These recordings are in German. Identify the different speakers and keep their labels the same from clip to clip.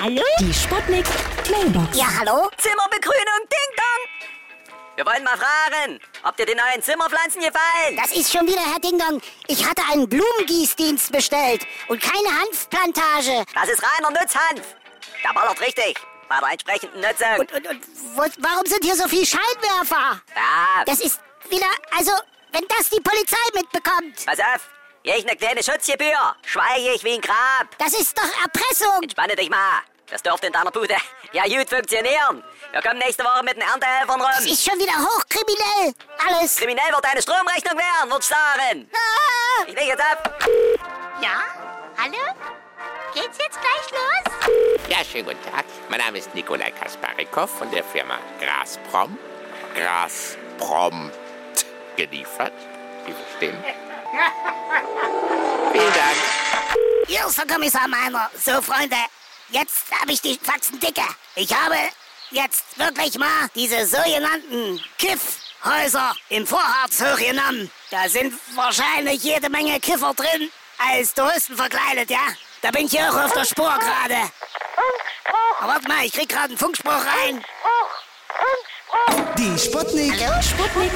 Speaker 1: Hallo?
Speaker 2: Die Sputnik Mailbox.
Speaker 1: Ja, hallo?
Speaker 3: Zimmerbegrünung, Ding Dong! Wir wollen mal fragen, ob dir die neuen Zimmerpflanzen gefallen.
Speaker 1: Das ist schon wieder Herr Dingdong. Ich hatte einen Blumengießdienst bestellt und keine Hanfplantage.
Speaker 3: Das ist reiner Nutzhanf. Der ballert richtig, bei der entsprechenden Nutzung.
Speaker 1: Und, und, und wo, warum sind hier so viele Scheinwerfer?
Speaker 3: ja,
Speaker 1: Das ist wieder, also, wenn das die Polizei mitbekommt,
Speaker 3: pass auf, hier ich eine kleine Schutzgebühr, schweige ich wie ein Grab.
Speaker 1: das ist doch Erpressung.
Speaker 3: Entspanne dich mal, das dürfte in deiner Bude ja gut funktionieren. Wir kommen nächste Woche mit den Erntehelfern
Speaker 1: Das
Speaker 3: rum.
Speaker 1: ist schon wieder hochkriminell. Alles.
Speaker 3: Kriminell wird deine Stromrechnung werden, wird's sagen.
Speaker 1: Ah!
Speaker 3: Ich leg jetzt ab.
Speaker 4: Ja? Hallo? Geht's jetzt gleich los?
Speaker 5: Ja, schönen guten Tag. Mein Name ist Nikolai Kasparikow von der Firma Grasprom. Grasprompt geliefert. Sie verstehen? Vielen Dank.
Speaker 1: Hier ist der Kommissar Meiner. So, Freunde, jetzt habe ich die Faxen dicke. Ich habe jetzt wirklich mal diese sogenannten Kiffhäuser im Vorharz hochgenommen. Da sind wahrscheinlich jede Menge Kiffer drin, als Touristen verkleidet, ja? Da bin ich hier auch auf der Spur gerade. Aber warte mal, ich krieg gerade einen Funkspruch rein.
Speaker 6: Die Sputnik.
Speaker 1: Hallo, Sputnik.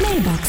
Speaker 2: Mailbox.